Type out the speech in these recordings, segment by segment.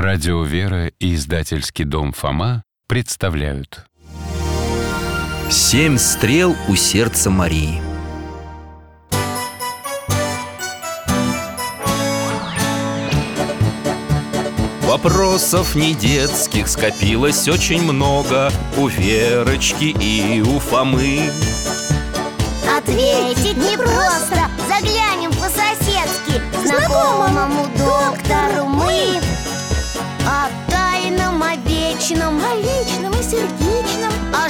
Радио «Вера» и издательский дом «Фома» представляют. Семь стрел у сердца Марии. Вопросов не детских скопилось очень много У Верочки и у Фомы Ответить непросто Заглянем по-соседски Знакомому доктору мы О тайном, о вечном О личном и сердечном О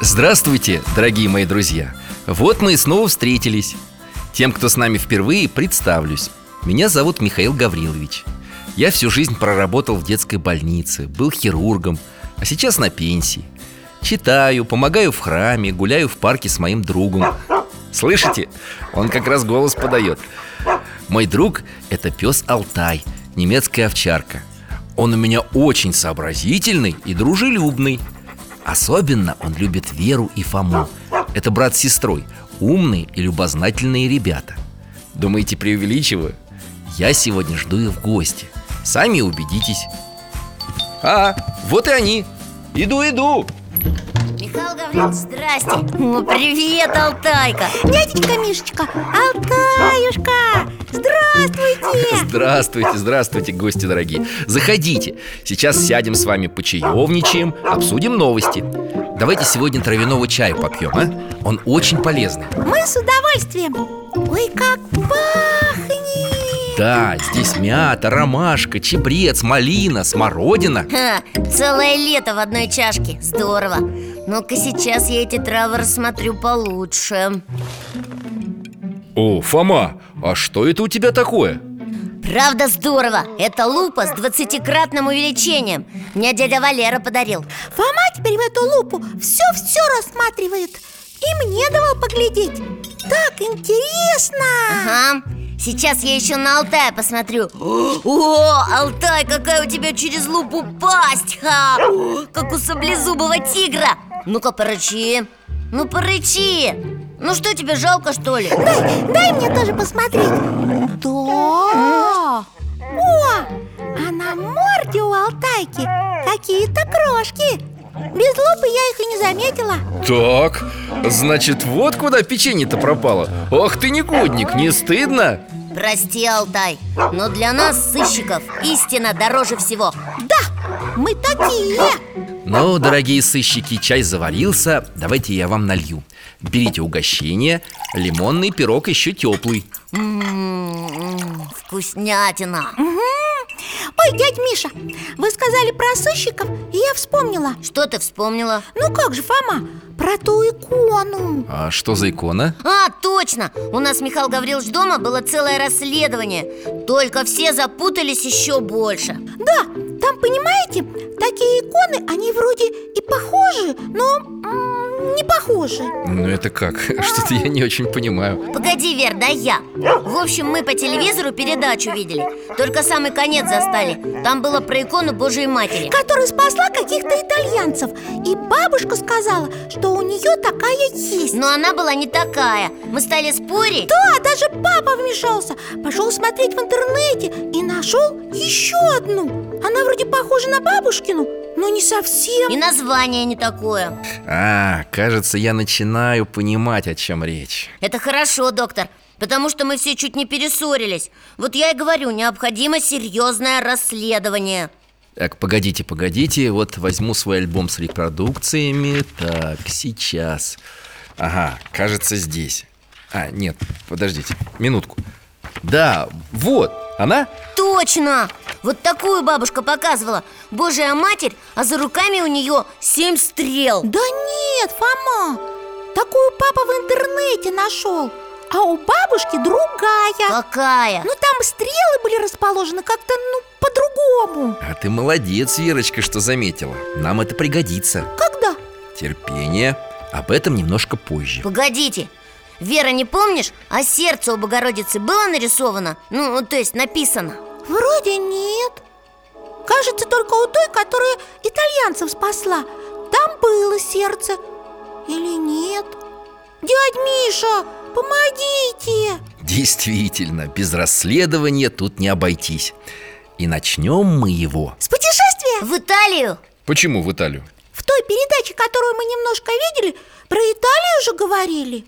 Здравствуйте, дорогие мои друзья! Вот мы и снова встретились. Тем, кто с нами впервые, представлюсь. Меня зовут Михаил Гаврилович. Я всю жизнь проработал в детской больнице, был хирургом, а сейчас на пенсии. Читаю, помогаю в храме, гуляю в парке с моим другом. Слышите? Он как раз голос подает. Мой друг – это пес Алтай, немецкая овчарка. Он у меня очень сообразительный и дружелюбный. Особенно он любит Веру и Фому. Это брат с сестрой, умные и любознательные ребята. Думаете, преувеличиваю? Я сегодня жду их в гости. Сами убедитесь. А, вот и они. Иду, иду. Михаил Гаврилович, здрасте Ну, Привет, Алтайка Дядечка Мишечка, Алтаюшка Здравствуйте Здравствуйте, здравствуйте, гости дорогие Заходите, сейчас сядем с вами почаевничаем, обсудим новости Давайте сегодня травяного чаю попьем, а? Он очень полезный Мы с удовольствием Ой, как пахнет Да, здесь мята, ромашка, чебрец, малина, смородина Ха, целое лето в одной чашке. Здорово. Ну-ка сейчас я эти травы рассмотрю получше. О, Фома, а что это у тебя такое? Правда здорово. Это лупа с 20-кратным увеличением. Мне дядя Валера подарил. Фома теперь в эту лупу все-все рассматривает И мне давал поглядеть Так интересно Ага. Сейчас я еще на Алтая посмотрю. О, Алтай, какая у тебя через лупу пасть, ха! Как у саблезубого тигра. Ну-ка, порычи. Ну, порычи. Ну что, тебе жалко, что ли? Дай, дай мне тоже посмотреть Да О, а на морде у Алтайки какие-то крошки Без лупы я их и не заметила Так, значит, вот куда печенье-то пропало Ах ты негодник, не стыдно? Прости, Алтай, но для нас, сыщиков, истина дороже всего. Да, мы такие Ну, дорогие сыщики, чай заварился Давайте я вам налью Берите угощение Лимонный пирог еще теплый М-м-м, Вкуснятина Ой, дядь Миша, вы сказали про сыщиков, и я вспомнила Что ты вспомнила? Ну как же, Фома, про ту икону А что за икона? А, точно! У нас, Михаил Гаврилович, дома было целое расследование Только все запутались еще больше Да, там, понимаете, такие иконы, они вроде и похожи, но м, не похожи Ну это как? Что-то я не очень понимаю Погоди, Вер, да я В общем, мы по телевизору передачу видели Только самый конец застали Там было про икону Божией Матери Которая спасла каких-то итальянцев И бабушка сказала, что у нее такая есть Ну, Но она была не такая Мы стали спорить Да, даже папа вмешался Пошел смотреть в интернете и нашел еще одну Она вроде похожа на бабушкину, но не совсем И название не такое А, кажется, я начинаю понимать, о чем речь Это хорошо, доктор, потому что мы все чуть не перессорились. Вот я и говорю, необходимо серьезное расследование. Так, погодите, погодите Вот возьму свой альбом с репродукциями Так, сейчас Ага, кажется, здесь А, нет, подождите, минутку Да, вот, она? Точно! Вот такую бабушка показывала. Божья матерь, а за руками у нее семь стрел. Да нет, Фома Такую папа в интернете нашел а у бабушки другая Какая? Ну там стрелы были расположены как-то, ну, по-другому А ты молодец, Верочка, что заметила Нам это пригодится Когда? Терпение Об этом немножко позже Погодите, Вера, не помнишь, а сердце у Богородицы было нарисовано? Ну, то есть написано Вроде нет Кажется, только у той, которая итальянцев спасла Там было сердце Или нет? Дядь Миша, помогите! Действительно, без расследования тут не обойтись И начнем мы его С путешествия! В Италию? Почему в Италию? В той передаче, которую мы немножко видели, про Италию же говорили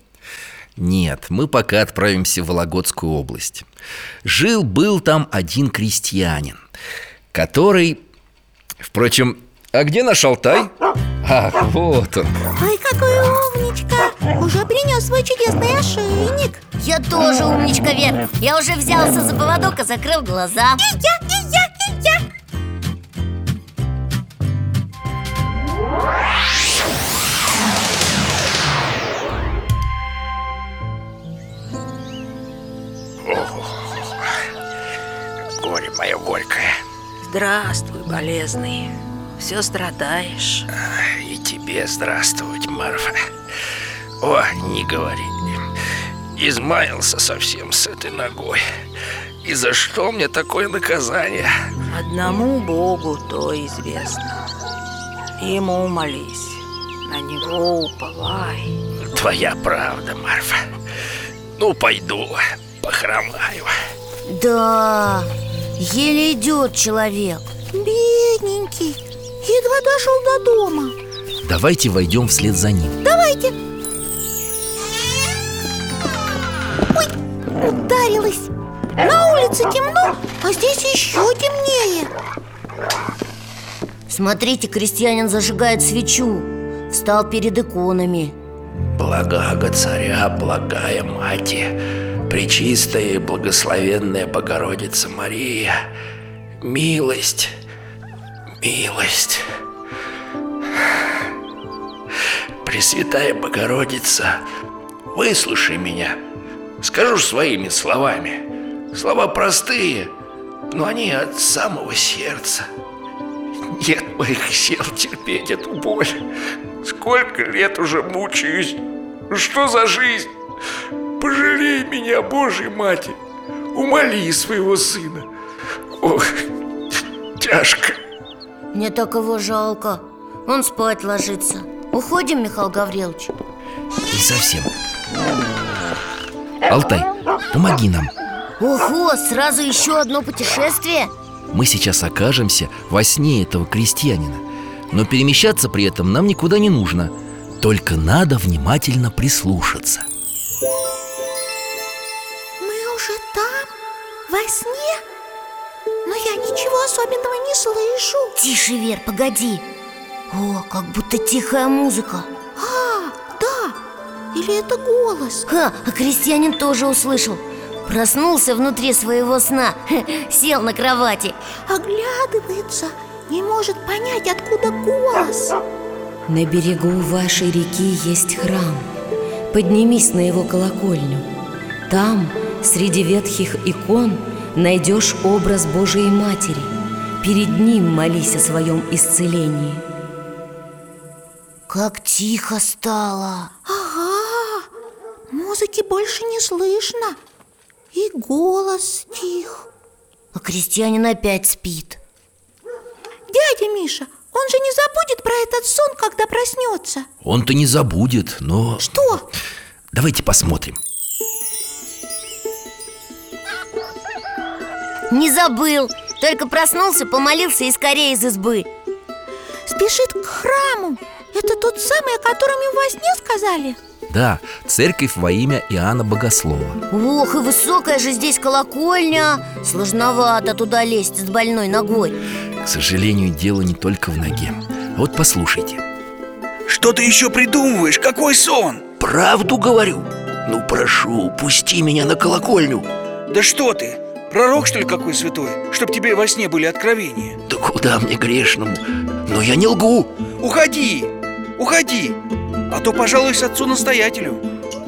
Нет, мы пока отправимся в Вологодскую область. Жил-был там один крестьянин, который... Впрочем, а где наш Алтай? Ах, вот он. Ой, какой умничка! Уже принес свой чудесный ошейник Я тоже умничка, Вер Я уже взялся за поводок и закрыл глаза И я, и я, и я Горе мое горькое, Здравствуй, болезный. Все страдаешь. и тебе здравствовать, Марфа. О, не говори. Измаялся совсем с этой ногой. И за что мне такое наказание? Одному Богу то известно. Ему молись, на него уповай. Твоя правда, Марфа. Ну, пойду, похромаю. Да, еле идет человек Бедненький, едва дошел до дома Давайте войдем вслед за ним. Давайте Ой, ударилась На улице темно, а здесь еще темнее Смотрите, крестьянин зажигает свечу Встал перед иконами Благаго царя, благая мати, Пречистая и благословенная Богородица Мария, милость, милость. Пресвятая Богородица, выслушай меня. Скажу ж своими словами. Слова простые, но они от самого сердца. Нет моих сил терпеть эту боль. Сколько лет уже мучаюсь. Что за жизнь? Пожалей меня, Божья Мати. Умоли своего сына. Ох, тяжко. Мне так его жалко Он спать ложится Уходим, Михаил Гаврилович Не совсем. Алтай, помоги нам. Ого, сразу еще одно путешествие Мы сейчас окажемся во сне этого крестьянина. Но перемещаться при этом нам никуда не нужно. Только надо внимательно прислушаться. Мы уже там, во сне Но я ничего особенного не слышу Тише, Вер, погоди О, как будто тихая музыка А, да, или это голос? Ха, а крестьянин тоже услышал Проснулся внутри своего сна Сел на кровати Оглядывается, не может понять, откуда голос На берегу вашей реки есть храм. Поднимись на его колокольню. Там, среди ветхих икон, найдешь образ Божией Матери. Перед ним молись о своем исцелении. Как тихо стало Ага, музыки больше не слышно И голос стих А крестьянин опять спит Дядя Миша, он же не забудет про этот сон, когда проснется Он-то не забудет, но... Что? Давайте посмотрим. Не забыл Только проснулся, помолился и скорее из избы Спешит к храму Это тот самый, о котором им во сне сказали? Да, церковь во имя Иоанна Богослова. Ох, и высокая же здесь колокольня Сложновато туда лезть с больной ногой К сожалению, дело не только в ноге. А Вот послушайте. Что ты еще придумываешь? Какой сон? Правду говорю. Ну прошу, пусти меня на колокольню. Да что ты? Пророк, что ли, какой святой? Чтоб тебе во сне были откровения Да куда мне грешному? Но я не лгу. Уходи! Уходи! А то пожалуюсь отцу-настоятелю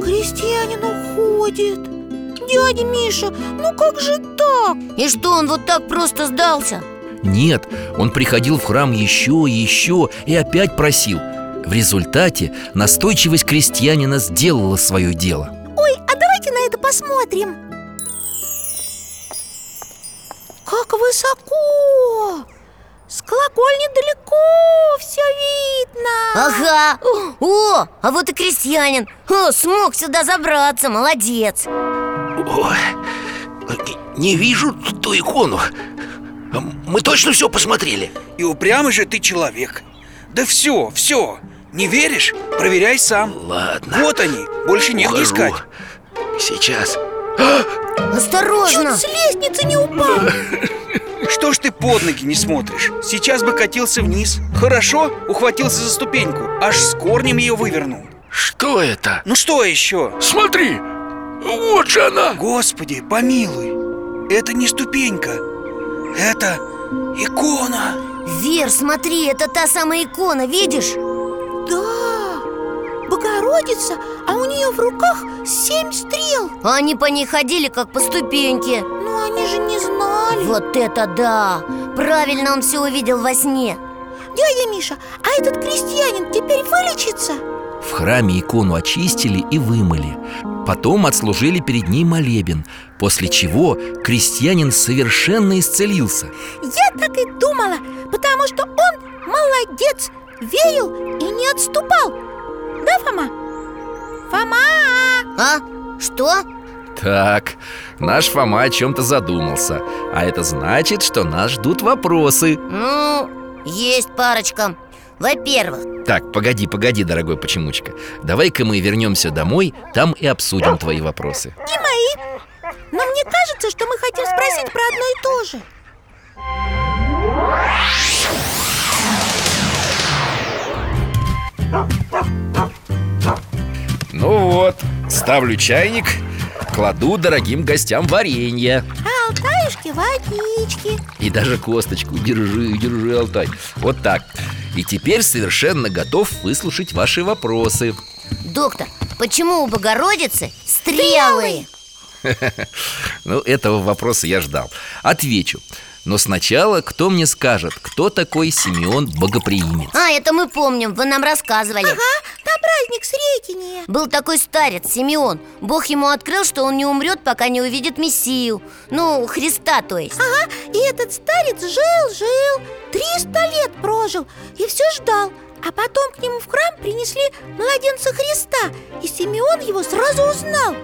Крестьянин уходит будет? Дядя Миша, ну как же так? И что, он вот так просто сдался? Нет, он приходил в храм еще и еще и опять просил. В результате настойчивость крестьянина сделала свое дело. Ой, а давайте на это посмотрим Как высоко! С колокольни далеко все видно Ага! О, а вот и крестьянин! О, смог сюда забраться, молодец! О, не вижу ту икону А Мы точно все посмотрели? И упрямый же ты человек Да все, все Не веришь? Проверяй сам Ладно Вот они, больше негде ухожу. искать Сейчас Осторожно! С лестницы не упал Что ж ты под ноги не смотришь? Сейчас бы катился вниз Хорошо, ухватился за ступеньку Аж с корнем ее вывернул Что это? Ну что еще? Смотри! Вот же она! Господи, помилуй Это не ступенька Это икона Вер, смотри, это та самая икона, видишь? Да, Богородица, а у нее в руках семь стрел Они по ней ходили, как по ступеньке Но они же не знали Вот это да! Правильно он все увидел во сне Дядя Миша, а этот крестьянин теперь вылечится? В храме икону очистили и вымыли. Потом отслужили перед ней молебен, после чего крестьянин совершенно исцелился. Я так и думала, потому что он молодец, верил и не отступал Да, Фома? Фома! А? Что? Так, наш Фома о чем-то задумался. А это значит, что нас ждут вопросы. Ну, есть парочка Во-первых, Так, погоди, погоди, дорогой Почемучка. Давай-ка мы вернемся домой, там и обсудим твои вопросы. И мои! Но мне кажется, что мы хотим спросить про одно и то же Ну вот, ставлю чайник, кладу дорогим гостям варенье. А Алтаюшке водички И даже косточку. Держи, держи, Алтай. Вот так. И теперь совершенно готов выслушать ваши вопросы. доктор, почему у Богородицы стрелы? Ну, этого вопроса я ждал. Отвечу. Но сначала кто мне скажет, кто такой Симеон Богоприимец? А, это мы помним, вы нам рассказывали на а? праздник Сретения Был такой старец, Симеон Бог ему открыл, что он не умрет, пока не увидит Мессию Ну, Христа, то есть И этот старец жил-жил, 300 лет прожил и все ждал А потом к нему в храм принесли младенца Христа И Симеон его сразу узнал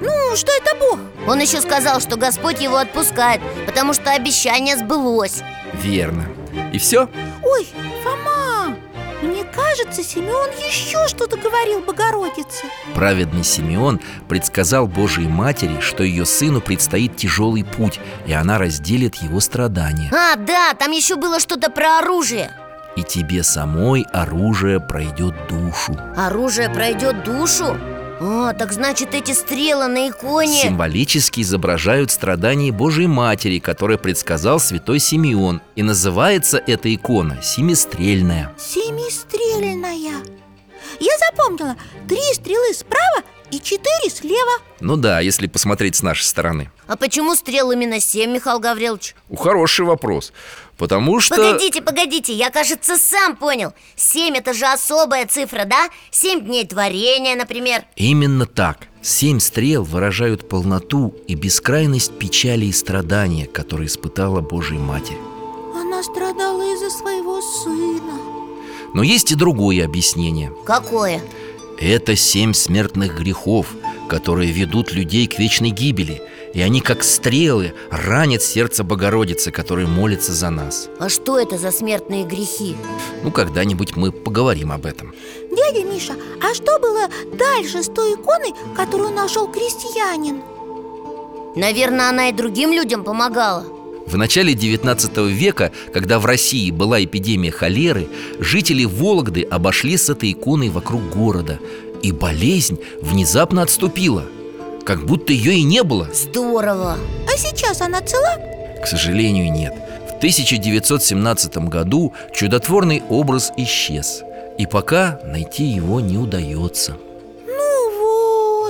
Ну, что это Бог? Он еще сказал, что Господь его отпускает Потому что обещание сбылось Верно. И все? Ой, Фома, мне кажется, Семен еще что-то говорил Богородице Праведный Симеон предсказал Божией Матери, что ее сыну предстоит тяжелый путь, и она разделит его страдания. А, да, там еще было что-то про оружие И тебе самой оружие пройдет душу. Оружие пройдет душу? А, так значит, эти стрелы на иконе Символически изображают страдания Божьей Матери, которые предсказал святой Симеон. И называется эта икона «Семистрельная». Семистрельная Я запомнила, три стрелы справа и четыре слева Ну да, если посмотреть с нашей стороны. А почему стрел именно семь, Михаил Гаврилович? У, Хороший вопрос. Потому что... Погодите, погодите, я, кажется, сам понял Семь – это же особая цифра, да? Семь дней творения, например Именно так. Семь стрел выражают полноту и бескрайность печали и страдания, которые испытала Божья Матерь. Она страдала из-за своего сына Но есть и другое объяснение. Какое? Это семь смертных грехов, которые ведут людей к вечной гибели. И они, как стрелы, ранят сердце Богородицы, которая молится за нас. А что это за смертные грехи? Ну, когда-нибудь мы поговорим об этом. Дядя Миша, а что было дальше с той иконой, которую нашел крестьянин? Наверное, она и другим людям помогала В начале 19 века, когда в России была эпидемия холеры, жители Вологды обошли с этой иконой вокруг города, и болезнь внезапно отступила, как будто ее и не было. Здорово А сейчас она цела? К сожалению, нет. В 1917 году чудотворный образ исчез, и пока найти его не удается. Ну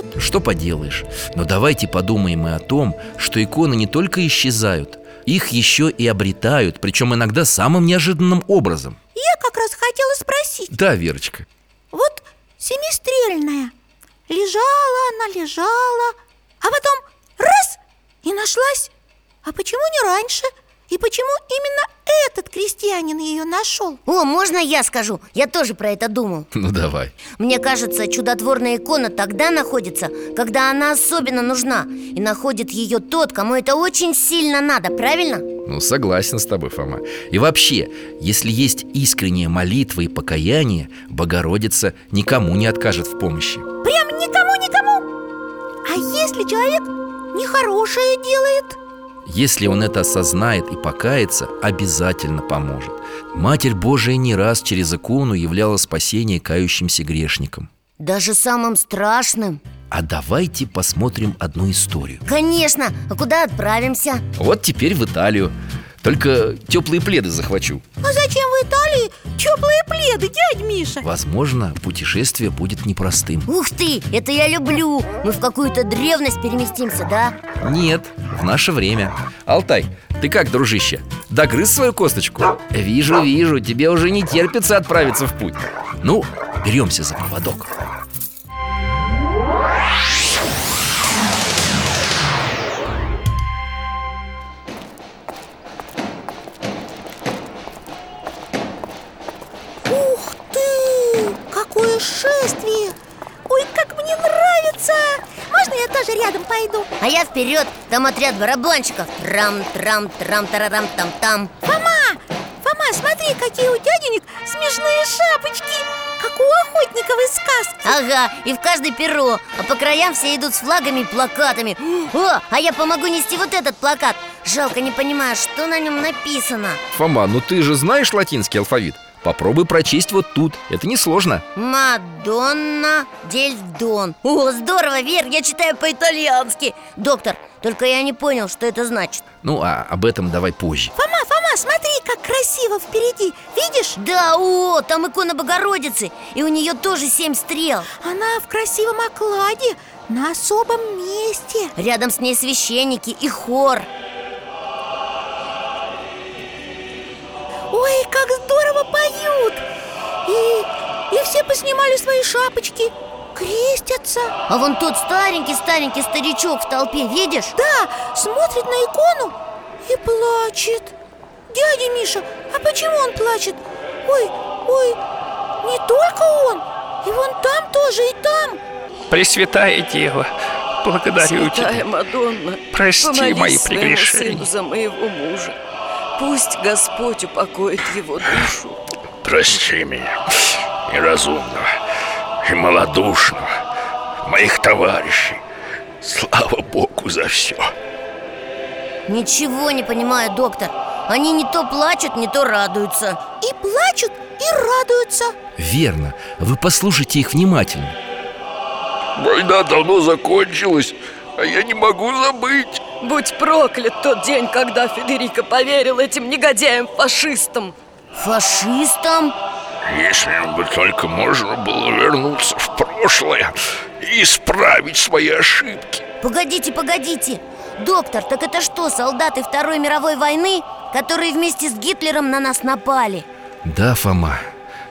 вот Что поделаешь, но давайте подумаем и о том, что иконы не только исчезают, их еще и обретают, причем иногда самым неожиданным образом. Я как раз хотела спросить Да, Верочка, Вот семистрельная Лежала она, лежала А потом раз и нашлась А почему не раньше? И почему именно этот крестьянин ее нашел? О, можно я скажу? Я тоже про это думал ну давай. Мне кажется, чудотворная икона тогда находится, когда она особенно нужна И находит ее тот, кому это очень сильно надо, правильно? Ну, согласен с тобой, Фома. И вообще, если есть искренняя молитва и покаяние, Богородица никому не откажет в помощи. Прям никому-никому А если человек нехорошее делает? Если он это осознает и покается, обязательно поможет. Матерь Божия не раз через икону являла спасение кающимся грешникам. Даже самым страшным А давайте посмотрим одну историю. Конечно, а куда отправимся? Вот теперь в Италию. Только теплые пледы захвачу. А зачем в Италии теплые пледы, дядь Миша? Возможно, путешествие будет непростым. Ух ты, это я люблю Мы в какую-то древность переместимся, да? Нет, в наше время. Алтай, ты как, дружище? Догрыз свою косточку? Вижу, вижу, тебе уже не терпится отправиться в путь. Ну, беремся за поводок. Ух ты! Какое шествие! Ой, как мне нравится! Можно я тоже рядом пойду? А я вперед, там отряд барабанщиков Трам-трам-трам-тарарам-там-там Фома! Фома, смотри, какие у дяденек смешные шапочки! Как у охотниковой сказки! Ага, и в каждое перо А по краям все идут с флагами и плакатами О, а я помогу нести вот этот плакат Жалко, не понимаю, что на нем написано Фома, ну ты же знаешь латинский алфавит? Попробуй прочесть вот тут, это несложно Мадонна дель Дон О, здорово, Вер, я читаю по-итальянски Доктор, только я не понял, что это значит Ну, а об этом давай позже Фома, Фома, смотри, как красиво впереди! Видишь? Да, о, там икона Богородицы И у нее тоже семь стрел Она в красивом окладе, на особом месте Рядом с ней священники и хор Ой, как здорово поют! И, и все поснимали свои шапочки, крестятся А вон тот старенький-старенький старичок в толпе, видишь? Да, смотрит на икону и плачет Дядя Миша, а почему он плачет? Ой, ой, не только он И вон там тоже, и там Пресвятая Дева, благодарю Святая тебя. Мадонна, Прости помоги мои своему прегрешения. сыну за моего мужа. Пусть Господь упокоит его душу. Прости меня, неразумного и малодушного, моих товарищей. Слава Богу за все. Ничего не понимаю, доктор Они не то плачут, не то радуются И плачут, и радуются Верно, вы послушайте их внимательно Война давно закончилась, а я не могу забыть. Будь проклят тот день, когда Федерико поверил этим негодяям-фашистам. Фашистам? Если бы только можно было вернуться в прошлое и исправить свои ошибки. Погодите, погодите Доктор, так это что, солдаты Второй мировой войны, которые вместе с Гитлером на нас напали? Да, Фома,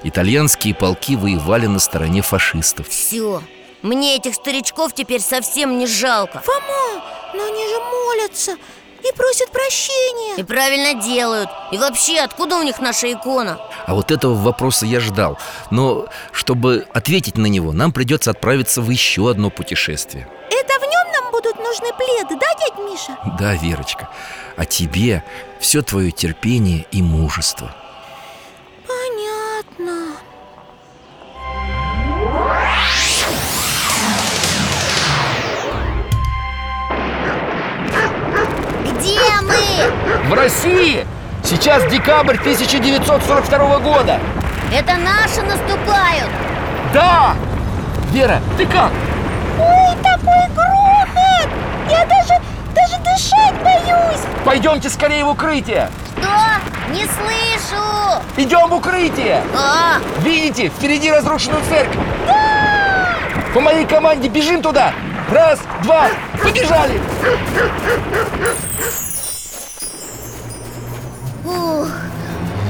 итальянские полки воевали на стороне фашистов Все, мне этих старичков теперь совсем не жалко Фома, А, но они же молятся и просят И прощения правильно делают И вообще, откуда у них наша икона? А вот этого вопроса я ждал Но чтобы ответить на него, нам придется отправиться в еще одно путешествие Это в нем нам будут нужны пледы, да, дядь Миша? Да, Верочка, а тебе все твое терпение и мужество Понятно. Где мы? В России! Сейчас декабрь 1942 года! Это наши наступают Да! Вера, ты как? Ой, такой грохот! Я даже, даже дышать боюсь! Пойдемте скорее в укрытие! Что? Не слышу! Идем в укрытие! А, Видите, впереди разрушенную церковь! По моей команде бежим туда! Раз, два, побежали! Ух,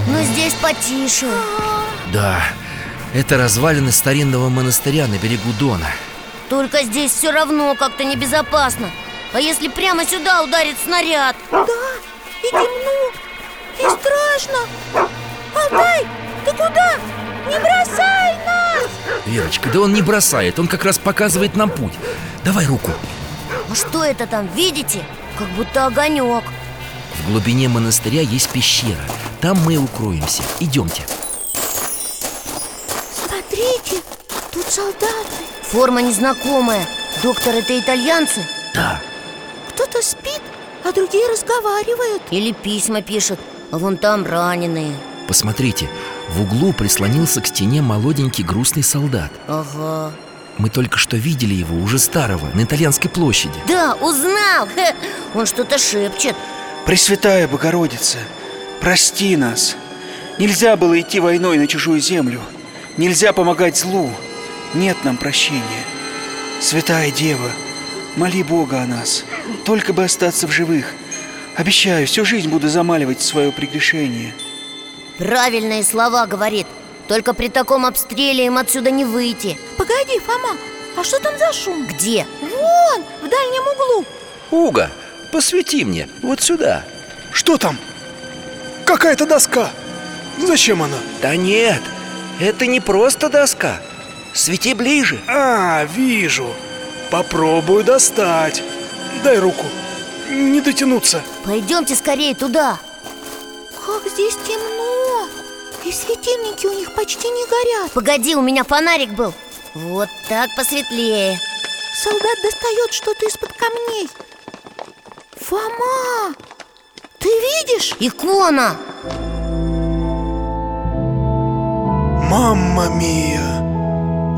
ну здесь потише Да, это развалины старинного монастыря на берегу Дона. Только здесь все равно как-то небезопасно А если прямо сюда ударит снаряд? Да, и темно, и страшно Алтай, ты куда? Не бросай нас! Верочка, да он не бросает, он как раз показывает нам путь. Давай руку. А что это там, видите? Как будто огонек В глубине монастыря есть пещера. Там мы и укроемся. Идемте. Смотрите, тут солдаты Форма незнакомая Доктор, это итальянцы? Да. Кто-то спит, а другие разговаривают Или письма пишут А вон там раненые Посмотрите, в углу прислонился к стене молоденький грустный солдат. Ага Мы только что видели его, уже старого, на итальянской площади. Да, узнал Хе, Он что-то шепчет Пресвятая Богородица, прости нас. Нельзя было идти войной на чужую землю. Нельзя помогать злу. Нет нам прощения. Святая Дева, моли Бога о нас. Только бы остаться в живых. Обещаю, всю жизнь буду замаливать свое прегрешение. Правильные слова говорит Только при таком обстреле им отсюда не выйти Погоди, Фома, а что там за шум? Где? Вон, в дальнем углу Уга, посвети мне, вот сюда. Что там? Какая-то доска. Зачем она? Да нет, это не просто доска. Свети ближе. А, вижу. Попробую достать. Дай руку. Не дотянуться. Пойдемте скорее туда Как здесь темно И светильники у них почти не горят Погоди, у меня фонарик был Вот так посветлее Солдат достает что-то из-под камней Фома, ты видишь? Икона! Мамма мия.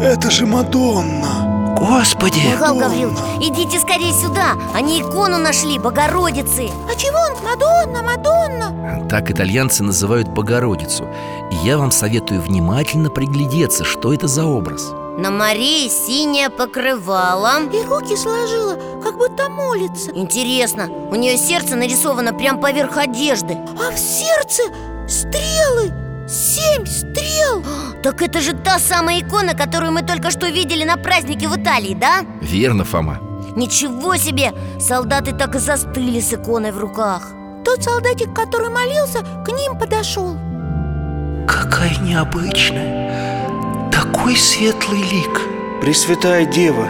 Это же Мадонна. Господи! Михаил Гаврилович, идите скорее сюда Они икону нашли, Богородицы А чего он? Мадонна, Мадонна Так итальянцы называют Богородицу. И я вам советую внимательно приглядеться, что это за образ. На Марии синее покрывало И руки сложила, как будто молится Интересно, у нее сердце нарисовано прямо поверх одежды А в сердце стрелы Семь стрел Так это же та самая икона, которую мы только что видели на празднике в Италии, да? Верно, Фома. Ничего себе! Солдаты так и застыли с иконой в руках Тот солдатик, который молился, к ним подошел Какая необычная. Такой светлый лик. Пресвятая Дева,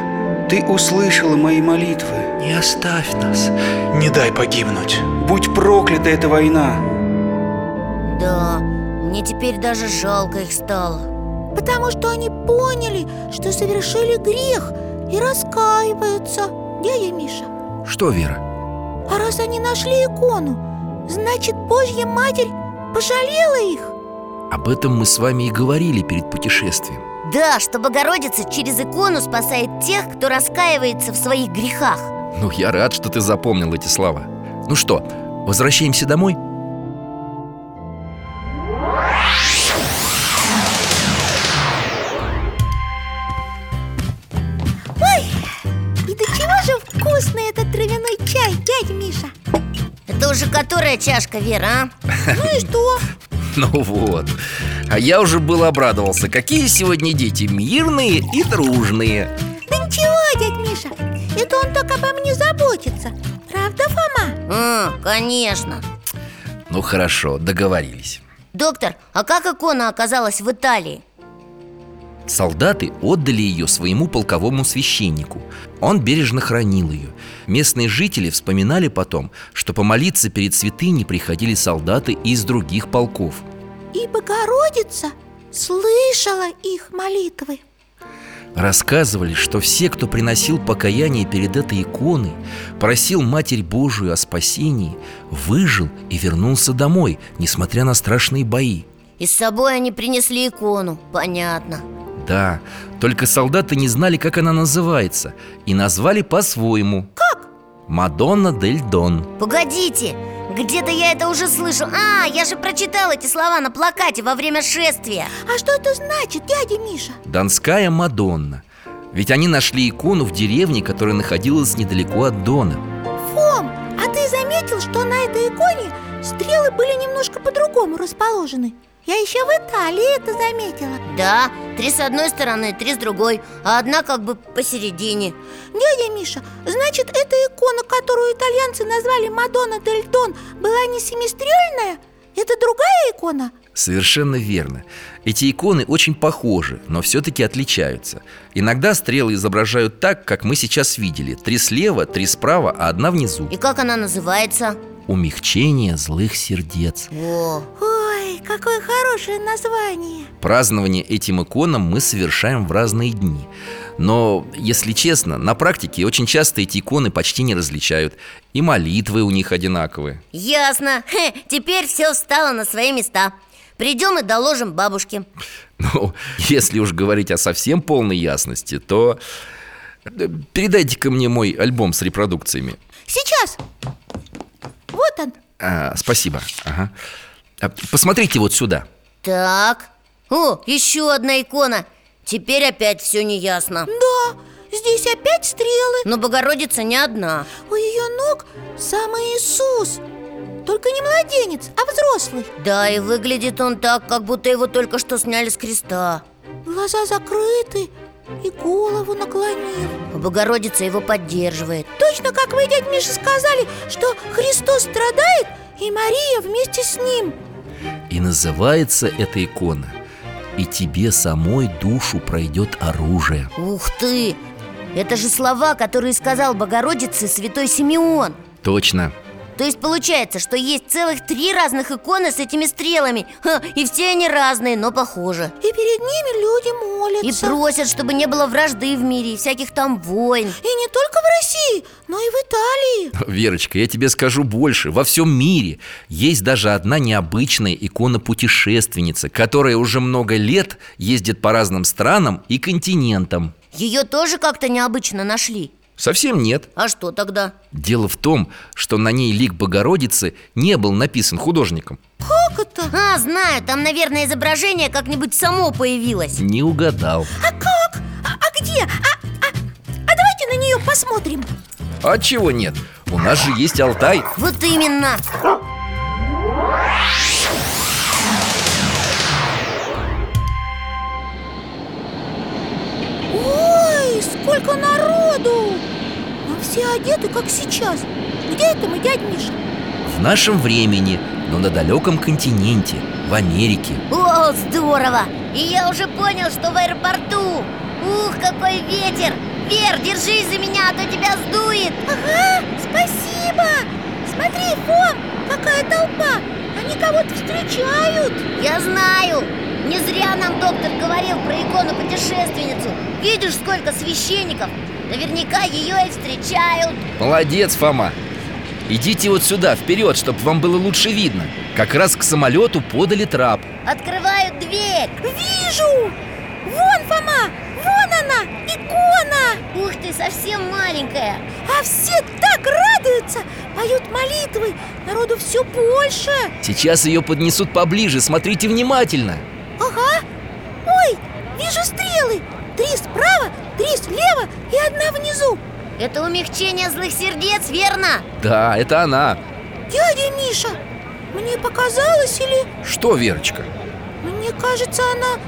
ты услышала мои молитвы. Не оставь нас. Не дай погибнуть. Будь проклята эта война. Да, мне теперь даже жалко их стало Потому что они поняли, что совершили грех И раскаиваются Где я, Миша? Что, Вера? А раз они нашли икону, значит, Божья Матерь пожалела их. Об этом мы с вами и говорили перед путешествием. Да, что Богородица через икону спасает тех, кто раскаивается в своих грехах Ну, я рад, что ты запомнил эти слова. Ну что, возвращаемся домой? И до чего же вкусный этот травяной чай, дядя Миша? Это уже которая чашка, Вера, а? Ну и что? Ну вот. А я уже был обрадовался. Какие сегодня дети мирные и дружные. Да ничего, дядь Миша, это он только обо мне заботится. Правда, Фома? М, а? конечно Ну хорошо, договорились. Доктор, а как икона оказалась в Италии? Солдаты отдали ее своему полковому священнику. Он бережно хранил ее. Местные жители вспоминали потом, что помолиться перед святыней приходили солдаты из других полков. И Богородица слышала их молитвы. Рассказывали, что все, кто приносил покаяние перед этой иконой, просил Матерь Божию о спасении, выжил и вернулся домой, несмотря на страшные бои. И с собой они принесли икону, понятно Да, только солдаты не знали, как она называется, и назвали по-своему. Как? Мадонна дель Дон. Погодите, где-то я это уже слышал А, я же прочитал эти слова на плакате во время шествия А что это значит, дядя Миша? Донская Мадонна Ведь они нашли икону в деревне, которая находилась недалеко от Дона Фом, а ты заметил, что на этой иконе стрелы были немножко по-другому расположены? Я еще в Италии это заметила Да, три с одной стороны, три с другой А одна как бы посередине Дядя Миша, значит, эта икона, которую итальянцы назвали Мадонна Дель Дон, была не семистрельная? Это другая икона? Совершенно верно. Эти иконы очень похожи, но все-таки отличаются. Иногда стрелы изображают так, как мы сейчас видели. Три слева, три справа, а одна внизу. И как она называется? Умягчение злых сердец. О, Ой, какое хорошее название Празднование этим иконам мы совершаем в разные дни. Но, если честно, на практике очень часто эти иконы почти не различают. И молитвы у них одинаковые. ясно Хе, Теперь все встало на свои места Придем и доложим бабушке Ну, если уж говорить о совсем полной ясности, то э, передайте-ка мне мой альбом с репродукциями. Сейчас Вот он А, спасибо. Ага. А, Посмотрите вот сюда. Так О, еще одна икона Теперь опять все неясно Да, здесь опять стрелы Но Богородица не одна У ее ног сам Иисус Только не младенец, а взрослый Да, и выглядит он так, как будто его только что сняли с креста Глаза закрыты и голову наклонил А Богородица его поддерживает Точно как вы, дядь Миша, сказали, что Христос страдает и Мария вместе с ним И называется эта икона «И тебе самой душу пройдет оружие». Ух ты! Это же слова, которые сказал Богородице святой Симеон Точно. То есть получается, что есть целых три разных иконы с этими стрелами Ха, И все они разные, но похожи И перед ними люди И молятся просят, чтобы не было вражды в мире и всяких там войн И не только в России, но и в Италии Верочка, я тебе скажу больше. Во всем мире есть даже одна необычная икона-путешественница, которая уже много лет ездит по разным странам и континентам. Ее тоже как-то необычно нашли Совсем нет. А что тогда? Дело в том, что на ней лик Богородицы не был написан художником. Как это? А, знаю, там, наверное, изображение как-нибудь само появилось Не угадал. А как? А, а где? А, а- а давайте на нее посмотрим А чего нет? У нас же есть Алтай. Вот именно Ой, сколько народу! А все одеты, как сейчас Где это мы, дядь Миша? В нашем времени, но на далеком континенте, в Америке. О, здорово! И я уже понял, что в аэропорту Ух, какой ветер! Вер, держись за меня, а то тебя сдует Ага, спасибо! Смотри, Фом, какая толпа! Они кого-то встречают! Я знаю! Не зря нам доктор говорил про икону-путешественницу Видишь, сколько священников Наверняка ее и встречают Молодец, Фома. Идите вот сюда, вперед, чтобы вам было лучше видно. Как раз к самолету подали трап. Открывают дверь Вижу! Вон, Фома! Вон она! Икона! Ух ты, совсем маленькая А все так радуются! Поют молитвы! Народу все больше! Сейчас ее поднесут поближе, смотрите внимательно. Ага! Ой, вижу стрелы! Три справа, три слева и одна внизу! Это умягчение злых сердец, верно? Да, это она. Дядя Миша, мне показалось или... Что, Верочка? Мне кажется, она...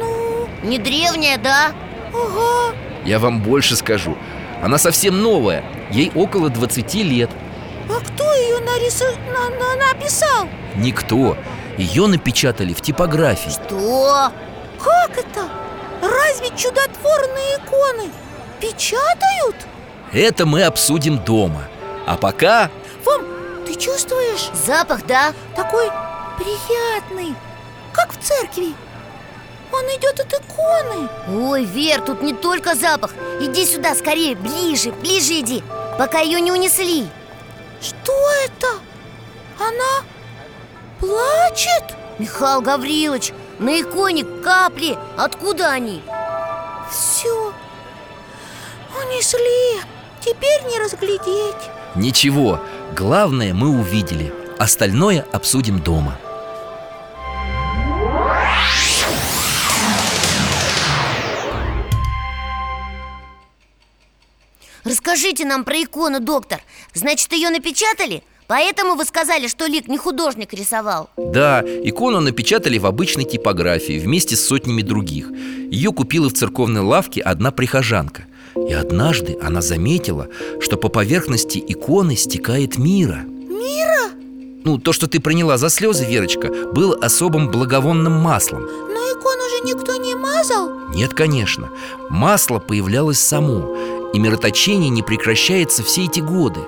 Ну... Не древняя, да? Ага! Я вам больше скажу. Она совсем новая. Ей около 20 лет. А кто ее нарису... на- на- написал? Никто. Ее напечатали в типографии. То Как это? Разве чудотворные иконы печатают? Это мы обсудим дома. А пока... Фом, ты чувствуешь? запах, да? Такой приятный, как в церкви Он идет от иконы Ой, Вер, тут не только запах Иди сюда скорее, ближе, ближе иди Пока ее не унесли Что это? Она плачет? Михаил Гаврилович, на иконе капли Откуда они? Все Унесли Теперь не разглядеть Ничего. Главное мы увидели. Остальное обсудим дома. Расскажите нам про икону, доктор Значит, ее напечатали? Поэтому вы сказали, что лик не художник рисовал Да, икону напечатали в обычной типографии вместе с сотнями других. Ее купила в церковной лавке одна прихожанка. И однажды она заметила, что по поверхности иконы стекает мира. Мира? Ну, то, что ты приняла за слезы, Верочка, было особым благовонным маслом. Но икон уже никто не мазал? Нет, конечно. Масло появлялось само, и мироточение не прекращается все эти годы.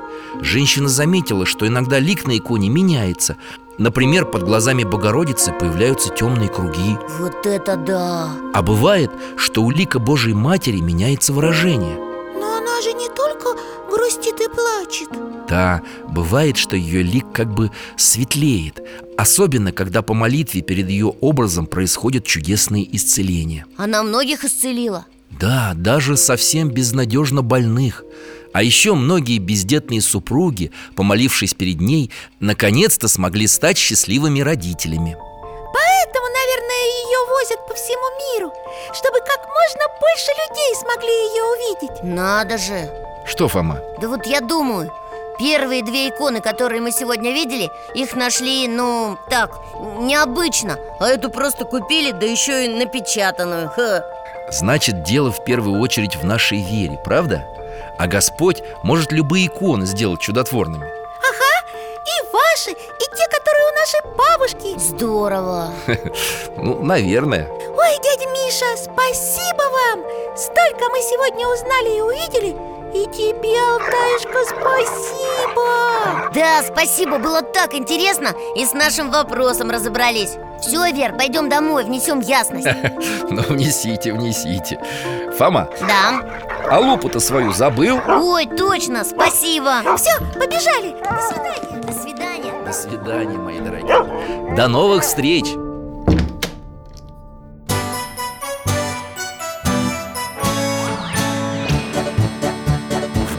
Женщина заметила, что иногда лик на иконе меняется. Например, под глазами Богородицы появляются темные круги. Вот это да! А бывает, что у лика Божьей Матери меняется выражение. Но она же не только грустит и плачет. Да, бывает, что ее лик как бы светлеет, особенно когда по молитве перед ее образом происходят чудесные исцеления. Она многих исцелила Да, даже совсем безнадежно больных. А еще многие бездетные супруги, помолившись перед ней, наконец-то смогли стать счастливыми родителями. Поэтому, наверное, ее возят по всему миру, чтобы как можно больше людей смогли ее увидеть. Надо же! Что, Фома? Да вот я думаю, первые две иконы, которые мы сегодня видели, их нашли, ну, так, необычно А эту просто купили, да еще и напечатанную Ха. Значит, дело в первую очередь в нашей вере, правда? А Господь может любые иконы сделать чудотворными. Ага, и ваши, и те, которые у нашей бабушки. Здорово Ну, наверное. Ой, дядя Миша, спасибо вам! Столько мы сегодня узнали и увидели. И тебе, Алтаешка, спасибо! Да, спасибо, было так интересно И с нашим вопросом разобрались Все, Вер, пойдем домой, внесем ясность Ну, внесите, внесите. Фома, Да а лупу-то свою забыл? Ой, точно, спасибо Все, побежали! До свидания! До свидания До свидания, мои дорогие. До новых встреч! В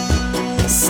С